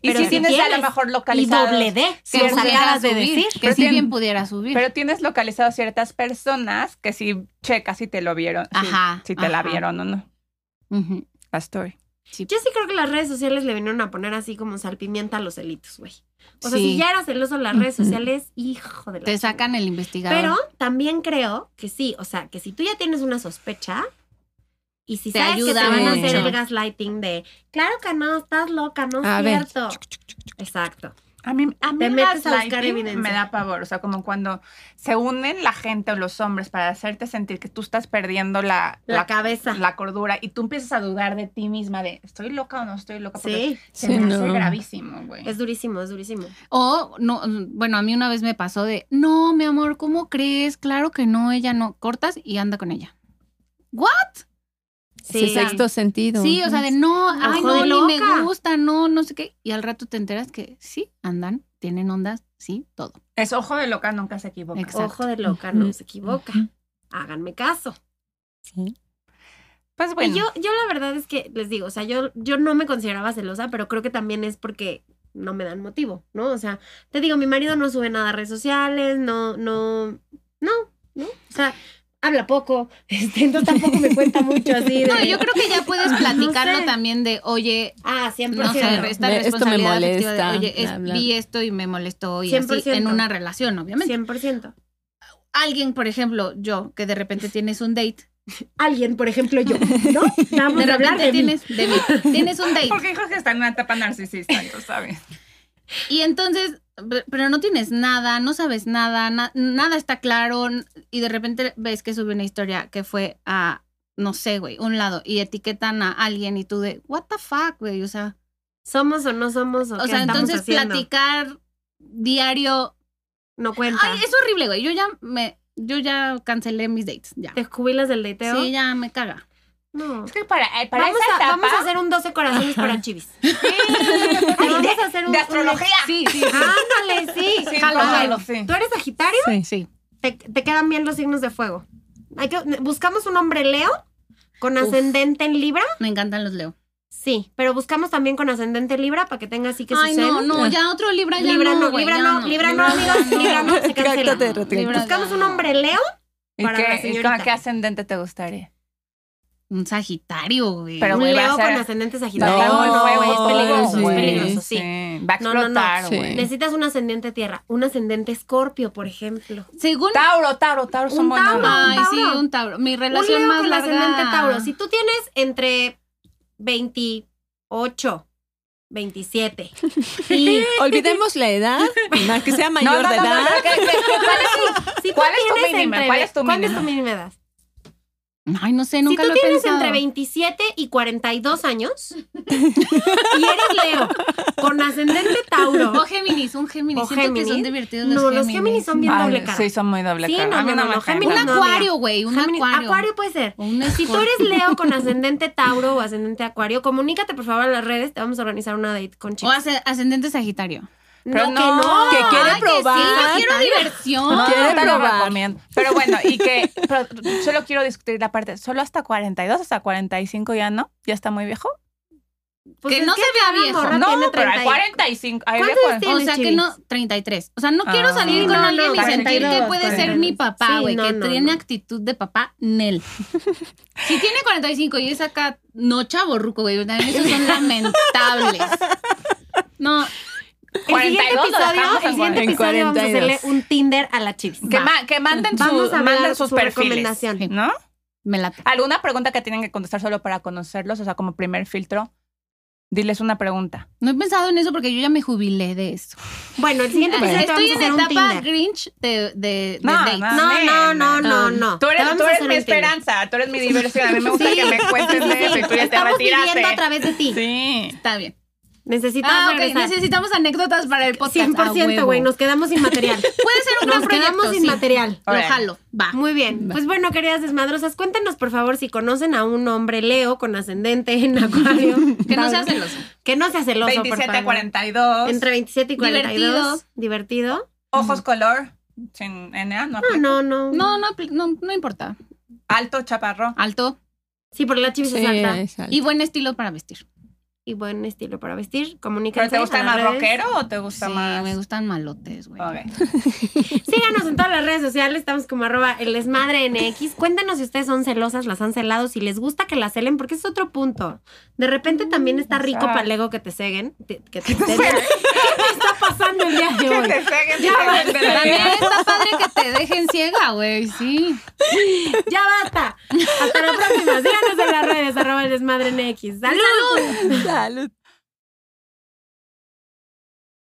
Speaker 6: Y
Speaker 5: pero
Speaker 6: si
Speaker 5: si
Speaker 6: tienes a
Speaker 5: quieres,
Speaker 6: lo mejor
Speaker 5: Y
Speaker 6: localizado.
Speaker 5: doble D.
Speaker 4: que
Speaker 5: Lo
Speaker 4: pudiera
Speaker 5: acabas de
Speaker 4: subir,
Speaker 5: decir.
Speaker 4: que
Speaker 6: Pero
Speaker 4: sí
Speaker 6: tiene-
Speaker 4: bien pudiera subir.
Speaker 6: Pero tienes localizado ciertas personas que sí checas si te lo vieron. si-
Speaker 4: Ajá,
Speaker 6: Si, te la
Speaker 4: ajá.
Speaker 6: vieron o no.
Speaker 4: Ujú.
Speaker 6: La story.
Speaker 5: Yo sí creo que las redes sociales le vinieron a poner así como salpimienta a los celitos, güey. O sea,
Speaker 4: Sí.
Speaker 5: si ya eras celoso en las redes sociales, hijo de la
Speaker 4: Te
Speaker 5: chingada.
Speaker 4: sacan el investigador.
Speaker 5: Pero también creo que sí, o sea, que si tú ya tienes una sospecha y si
Speaker 4: Te
Speaker 5: sabes
Speaker 4: ayuda
Speaker 5: que te van a hacer
Speaker 1: mucho.
Speaker 5: el gaslighting de, claro que no, estás loca, no es
Speaker 1: A ver.
Speaker 5: cierto. Exacto.
Speaker 6: A mí, a mí
Speaker 5: Te
Speaker 6: el
Speaker 5: metes a buscar
Speaker 6: gaslighting
Speaker 5: evidencia.
Speaker 6: me da pavor. O sea, como cuando se unen la gente o los hombres para hacerte sentir que tú estás perdiendo la,
Speaker 5: La, cabeza.
Speaker 6: la cordura y tú empiezas a dudar de ti misma de ¿estoy loca o no estoy loca? Porque
Speaker 5: sí,
Speaker 6: se
Speaker 1: Sí,
Speaker 6: me
Speaker 1: no.
Speaker 6: hace gravísimo, güey.
Speaker 5: es durísimo, es durísimo.
Speaker 4: O, no, bueno, a mí una vez me pasó de, no, mi amor, ¿cómo crees? Claro que no, ella no. Cortas y anda con ella.
Speaker 1: Sí,
Speaker 5: Sí.
Speaker 1: sexto sentido.
Speaker 4: Sí, o sea, de no, ay,
Speaker 5: Ojo de
Speaker 4: no, ni me
Speaker 5: loca.
Speaker 4: gusta, no, no sé qué. Y al rato te enteras que sí, andan, tienen ondas, sí, todo.
Speaker 6: Es ojo de loca, nunca se equivoca.
Speaker 4: Exacto.
Speaker 5: Ojo de loca, no se equivoca. Háganme caso.
Speaker 6: Pues bueno,
Speaker 5: Y yo, yo la verdad es que les digo, o sea, yo, yo no me consideraba celosa, pero creo que también es porque no me dan motivo, ¿no? O sea, te digo, mi marido no sube nada a redes sociales, no, no, no, ¿no? O sea, habla poco, este, entonces tampoco me cuenta mucho así de...
Speaker 4: No, yo creo que ya puedes platicarlo
Speaker 5: sé.
Speaker 4: también de, oye,
Speaker 5: Ah, 100%.
Speaker 4: no sé, esta
Speaker 1: Me- esto me
Speaker 4: responsabilidad afectiva de,
Speaker 1: molesta,
Speaker 4: oye, es-
Speaker 1: bla, bla.
Speaker 4: vi esto y me molestó y así,
Speaker 5: 100%.
Speaker 4: en una relación, obviamente.
Speaker 5: 100%.
Speaker 4: Alguien, por ejemplo, yo, que de repente tienes un date,
Speaker 5: Alguien, por ejemplo, yo, ¿no? Vamos
Speaker 4: de
Speaker 5: a hablar
Speaker 4: repente
Speaker 5: de mí.
Speaker 4: tienes, de mí, tienes un date.
Speaker 6: porque dijo que está en una etapa narcisista, tú sabes.
Speaker 4: Y entonces, pe- pero no tienes nada, no sabes nada, na- nada está claro. n- Y de repente ves que sube una historia que fue a, no sé, güey, un lado, y etiquetan a alguien y tú de, what the fuck, güey, o sea.
Speaker 5: ¿Somos o no somos o,
Speaker 4: o
Speaker 5: qué
Speaker 4: sea,
Speaker 5: estamos
Speaker 4: entonces
Speaker 5: haciendo?
Speaker 4: platicar diario.
Speaker 5: No cuenta.
Speaker 4: Ay, es horrible, güey. Yo ya me, yo ya cancelé mis dates, ya.
Speaker 5: ¿Te jubilas del dateo?
Speaker 4: Sí, ya me caga.
Speaker 5: No.
Speaker 6: Es que para, para
Speaker 5: vamos,
Speaker 6: esa
Speaker 5: a,
Speaker 6: etapa
Speaker 5: vamos a hacer un 12 corazones para chivis. Ay, vamos a hacer un,
Speaker 6: de
Speaker 5: un-
Speaker 6: astrología.
Speaker 4: Sí, sí,
Speaker 5: Ándale, sí.
Speaker 6: Sí,
Speaker 5: Jalo,
Speaker 6: jalo,
Speaker 5: jalo.
Speaker 6: sí.
Speaker 5: ¿Tú eres Sagitario?
Speaker 4: sí. sí.
Speaker 5: Te, te quedan bien los signos de fuego. Hay que, buscamos un hombre Leo con ascendente en Libra.
Speaker 4: Me encantan los Leo.
Speaker 5: Sí, pero buscamos también con ascendente en Libra para que tenga así que
Speaker 4: Ay,
Speaker 5: su
Speaker 4: no,
Speaker 5: zen.
Speaker 4: no, ya otro Libra ya
Speaker 5: Ah. Libra no,
Speaker 4: güey,
Speaker 5: Libra
Speaker 4: ya
Speaker 5: no, Libra no, amigos, Libra no, se cancela.
Speaker 1: Retráctate, retráctate.
Speaker 4: Libra
Speaker 5: Buscamos
Speaker 4: ya
Speaker 5: un
Speaker 4: no.
Speaker 5: hombre Leo.
Speaker 6: ¿Y,
Speaker 5: Para la
Speaker 6: qué, y con
Speaker 5: señorita.
Speaker 6: qué ascendente te gustaría?
Speaker 4: Un Sagitario, güey.
Speaker 6: Pero,
Speaker 5: un
Speaker 6: güey, va a
Speaker 5: Leo
Speaker 6: ser-
Speaker 5: con ascendente
Speaker 1: No,
Speaker 5: Sagitario. güey, es peligroso,
Speaker 1: sí.
Speaker 5: es peligroso, sí.
Speaker 6: Va a
Speaker 5: No, no, no.
Speaker 6: explotar,
Speaker 1: Sí.
Speaker 6: güey.
Speaker 5: Necesitas un ascendente Tierra, un ascendente Escorpio, por ejemplo.
Speaker 4: Según
Speaker 6: Tauro, Tauro, Tauro son
Speaker 5: Un
Speaker 6: buenos.
Speaker 5: Tauro.
Speaker 4: Ay,
Speaker 5: un
Speaker 4: sí,
Speaker 5: Tauro.
Speaker 4: un Tauro. Mi
Speaker 5: Un
Speaker 4: relación
Speaker 5: Leo
Speaker 4: más
Speaker 5: con
Speaker 4: larga.
Speaker 5: ascendente Tauro. Si tú tienes entre 28, 27 y
Speaker 1: Olvidemos la edad, más que sea mayor
Speaker 6: No, no,
Speaker 1: de
Speaker 6: no,
Speaker 1: edad.
Speaker 6: no, no, que- que- que- ¿Cuál es,
Speaker 5: si tú
Speaker 6: ¿Cuál es tu
Speaker 5: tienes
Speaker 6: mínima?
Speaker 5: entre-
Speaker 6: ¿Cuál es tu
Speaker 5: ¿Cuál es
Speaker 6: mínima?
Speaker 5: tu mínima edad?
Speaker 4: Ay, no sé, nunca
Speaker 5: si tú
Speaker 4: lo he
Speaker 5: tienes
Speaker 4: pensado.
Speaker 5: entre 27 y 42 años y eres Leo con ascendente Tauro,
Speaker 4: O Géminis, un Géminis.
Speaker 5: O
Speaker 4: Siento que son
Speaker 5: Géminis.
Speaker 4: divertidos
Speaker 5: No,
Speaker 4: los
Speaker 5: los
Speaker 4: Géminis.
Speaker 5: Géminis son bien
Speaker 6: Ay,
Speaker 5: doble cara.
Speaker 6: Sí, son muy doble
Speaker 5: Sí,
Speaker 6: cara.
Speaker 5: no,
Speaker 6: A mí
Speaker 5: no,
Speaker 6: no,
Speaker 5: no,
Speaker 6: me
Speaker 5: no,
Speaker 6: caen.
Speaker 5: Géminis
Speaker 4: Un
Speaker 5: no.
Speaker 4: acuario, güey, un
Speaker 5: Géminis-
Speaker 4: acuario.
Speaker 5: acuario puede ser.
Speaker 4: Un
Speaker 5: Si tú eres Leo con ascendente Tauro o ascendente Acuario, comunícate por favor en las redes, te vamos a organizar una date con
Speaker 4: O
Speaker 5: chicos.
Speaker 4: asce- ascendente Sagitario.
Speaker 6: Pero
Speaker 5: que
Speaker 6: no,
Speaker 1: Que quiere
Speaker 4: Ay, que
Speaker 1: probar.
Speaker 4: sí, yo quiero diversión.
Speaker 6: No,
Speaker 1: Quiere
Speaker 6: no te lo
Speaker 1: probar.
Speaker 6: recomiendo. Pero bueno, y que pero solo quiero discutir la parte, solo hasta 42, hasta 45 ya no, ya está muy viejo.
Speaker 5: Pues
Speaker 4: que
Speaker 5: es
Speaker 4: no se vea
Speaker 5: cada
Speaker 4: viejo.
Speaker 5: morra
Speaker 6: no,
Speaker 5: tiene
Speaker 6: pero
Speaker 5: 30
Speaker 6: hay
Speaker 5: y-
Speaker 6: 45, hay
Speaker 5: ¿Cuántos
Speaker 6: viejo.
Speaker 5: tiene?
Speaker 4: O
Speaker 5: tienes,
Speaker 4: sea que
Speaker 5: Chivis?
Speaker 4: no, 33. O sea, no quiero
Speaker 6: Ah.
Speaker 4: salir con
Speaker 5: No,
Speaker 4: alguien
Speaker 5: no,
Speaker 4: y sentir que
Speaker 5: 42,
Speaker 4: puede ser mi papá,
Speaker 5: Sí,
Speaker 4: güey,
Speaker 5: no,
Speaker 4: que
Speaker 5: no,
Speaker 4: tiene
Speaker 5: no.
Speaker 4: actitud de papá, Nel. si tiene 45 y es acá, no chaborruco, güey, también esos son lamentables. No,
Speaker 5: El
Speaker 6: 42
Speaker 5: siguiente
Speaker 6: lo
Speaker 5: episodio,
Speaker 6: dejamos en
Speaker 5: el siguiente
Speaker 1: en
Speaker 5: episodio vamos a
Speaker 1: 42.
Speaker 5: hacerle un Tinder a la Chivis.
Speaker 6: Que,
Speaker 4: Va.
Speaker 6: ma- que manden, su-
Speaker 5: Vamos a hablar
Speaker 6: manden sus
Speaker 5: su
Speaker 6: perfiles.
Speaker 5: recomendación.
Speaker 6: ¿No?
Speaker 4: me late.
Speaker 6: ¿Alguna pregunta que tienen que contestar solo para conocerlos? O sea, como primer filtro, diles una pregunta.
Speaker 4: No he pensado en eso porque yo ya me jubilé de eso.
Speaker 5: Bueno, el siguiente episodio te
Speaker 4: Estoy
Speaker 5: vamos a
Speaker 4: en
Speaker 5: hacer un
Speaker 4: etapa
Speaker 5: Tinder.
Speaker 4: Grinch de, de, de
Speaker 6: No,
Speaker 4: dates.
Speaker 6: no,
Speaker 5: No, no, no, no,
Speaker 4: Ah.
Speaker 5: no.
Speaker 6: Tú
Speaker 5: Te
Speaker 6: eres,
Speaker 5: vamos
Speaker 6: tú
Speaker 5: a
Speaker 6: eres
Speaker 5: hacer
Speaker 6: mi
Speaker 5: un Tinder.
Speaker 6: esperanza, tú eres mi diversión. A mí me gusta
Speaker 5: Sí.
Speaker 6: que me cuentes de eso y tú ya te
Speaker 5: Estamos viviendo a
Speaker 6: retiraste.
Speaker 5: través de ti.
Speaker 6: Sí.
Speaker 4: Está bien.
Speaker 5: Necesitas
Speaker 4: Ah, ok,
Speaker 5: regresar.
Speaker 4: necesitamos anécdotas para el podcast. a
Speaker 5: 100%,
Speaker 4: ah, huevo.
Speaker 5: güey, nos quedamos sin material.
Speaker 4: Puede ser un
Speaker 5: Nos
Speaker 4: gran proyecto,
Speaker 5: quedamos sin
Speaker 4: sí.
Speaker 5: material.
Speaker 4: Lo
Speaker 6: Órale.
Speaker 4: jalo, va.
Speaker 5: Muy bien. Pues bueno, queridas desmadrosas, cuéntenos por favor si conocen a un hombre Leo con ascendente en Acuario.
Speaker 4: que no sea
Speaker 5: Tauro.
Speaker 4: celoso.
Speaker 5: Que no sea celoso,
Speaker 6: 27 a
Speaker 5: por favor.
Speaker 6: 42.
Speaker 5: Entre 27 y 42. Divertido.
Speaker 6: Ojos color. Sin NA, no.
Speaker 5: No, no, no.
Speaker 4: No, no, apli- no, no importa.
Speaker 6: Alto,
Speaker 5: Ah,
Speaker 6: chaparro.
Speaker 4: Alto
Speaker 5: Sí, porque la chivis
Speaker 1: Sí,
Speaker 5: es alta.
Speaker 1: es alta.
Speaker 4: y buen estilo para vestir.
Speaker 5: Y buen estilo para vestir.
Speaker 6: ¿Pero
Speaker 5: Comuníquense.
Speaker 6: te
Speaker 5: a
Speaker 6: gusta
Speaker 5: las
Speaker 6: más
Speaker 5: redes.
Speaker 6: rockero o te gusta
Speaker 4: sí,
Speaker 6: más?
Speaker 4: me gustan malotes, güey.
Speaker 6: Ok.
Speaker 5: Síganos en todas las redes sociales, estamos como arroba el desmadre NX. Cuéntenos si ustedes son celosas, las han celado, si les gusta que las celen, porque ese es otro punto. De repente también está rico
Speaker 6: exacto.
Speaker 5: palego que te ceguen. te- Que te ceguen. ¿Qué te está pasando el día de
Speaker 6: Que
Speaker 5: hoy?
Speaker 6: te saquen, te saquen de la
Speaker 4: También
Speaker 6: vida.
Speaker 4: está padre que te dejen ciega, güey, sí.
Speaker 5: Ya basta. Hasta la próxima. Síganos en las redes, arroba el desmadre NX. ¡Salud!
Speaker 1: Salud.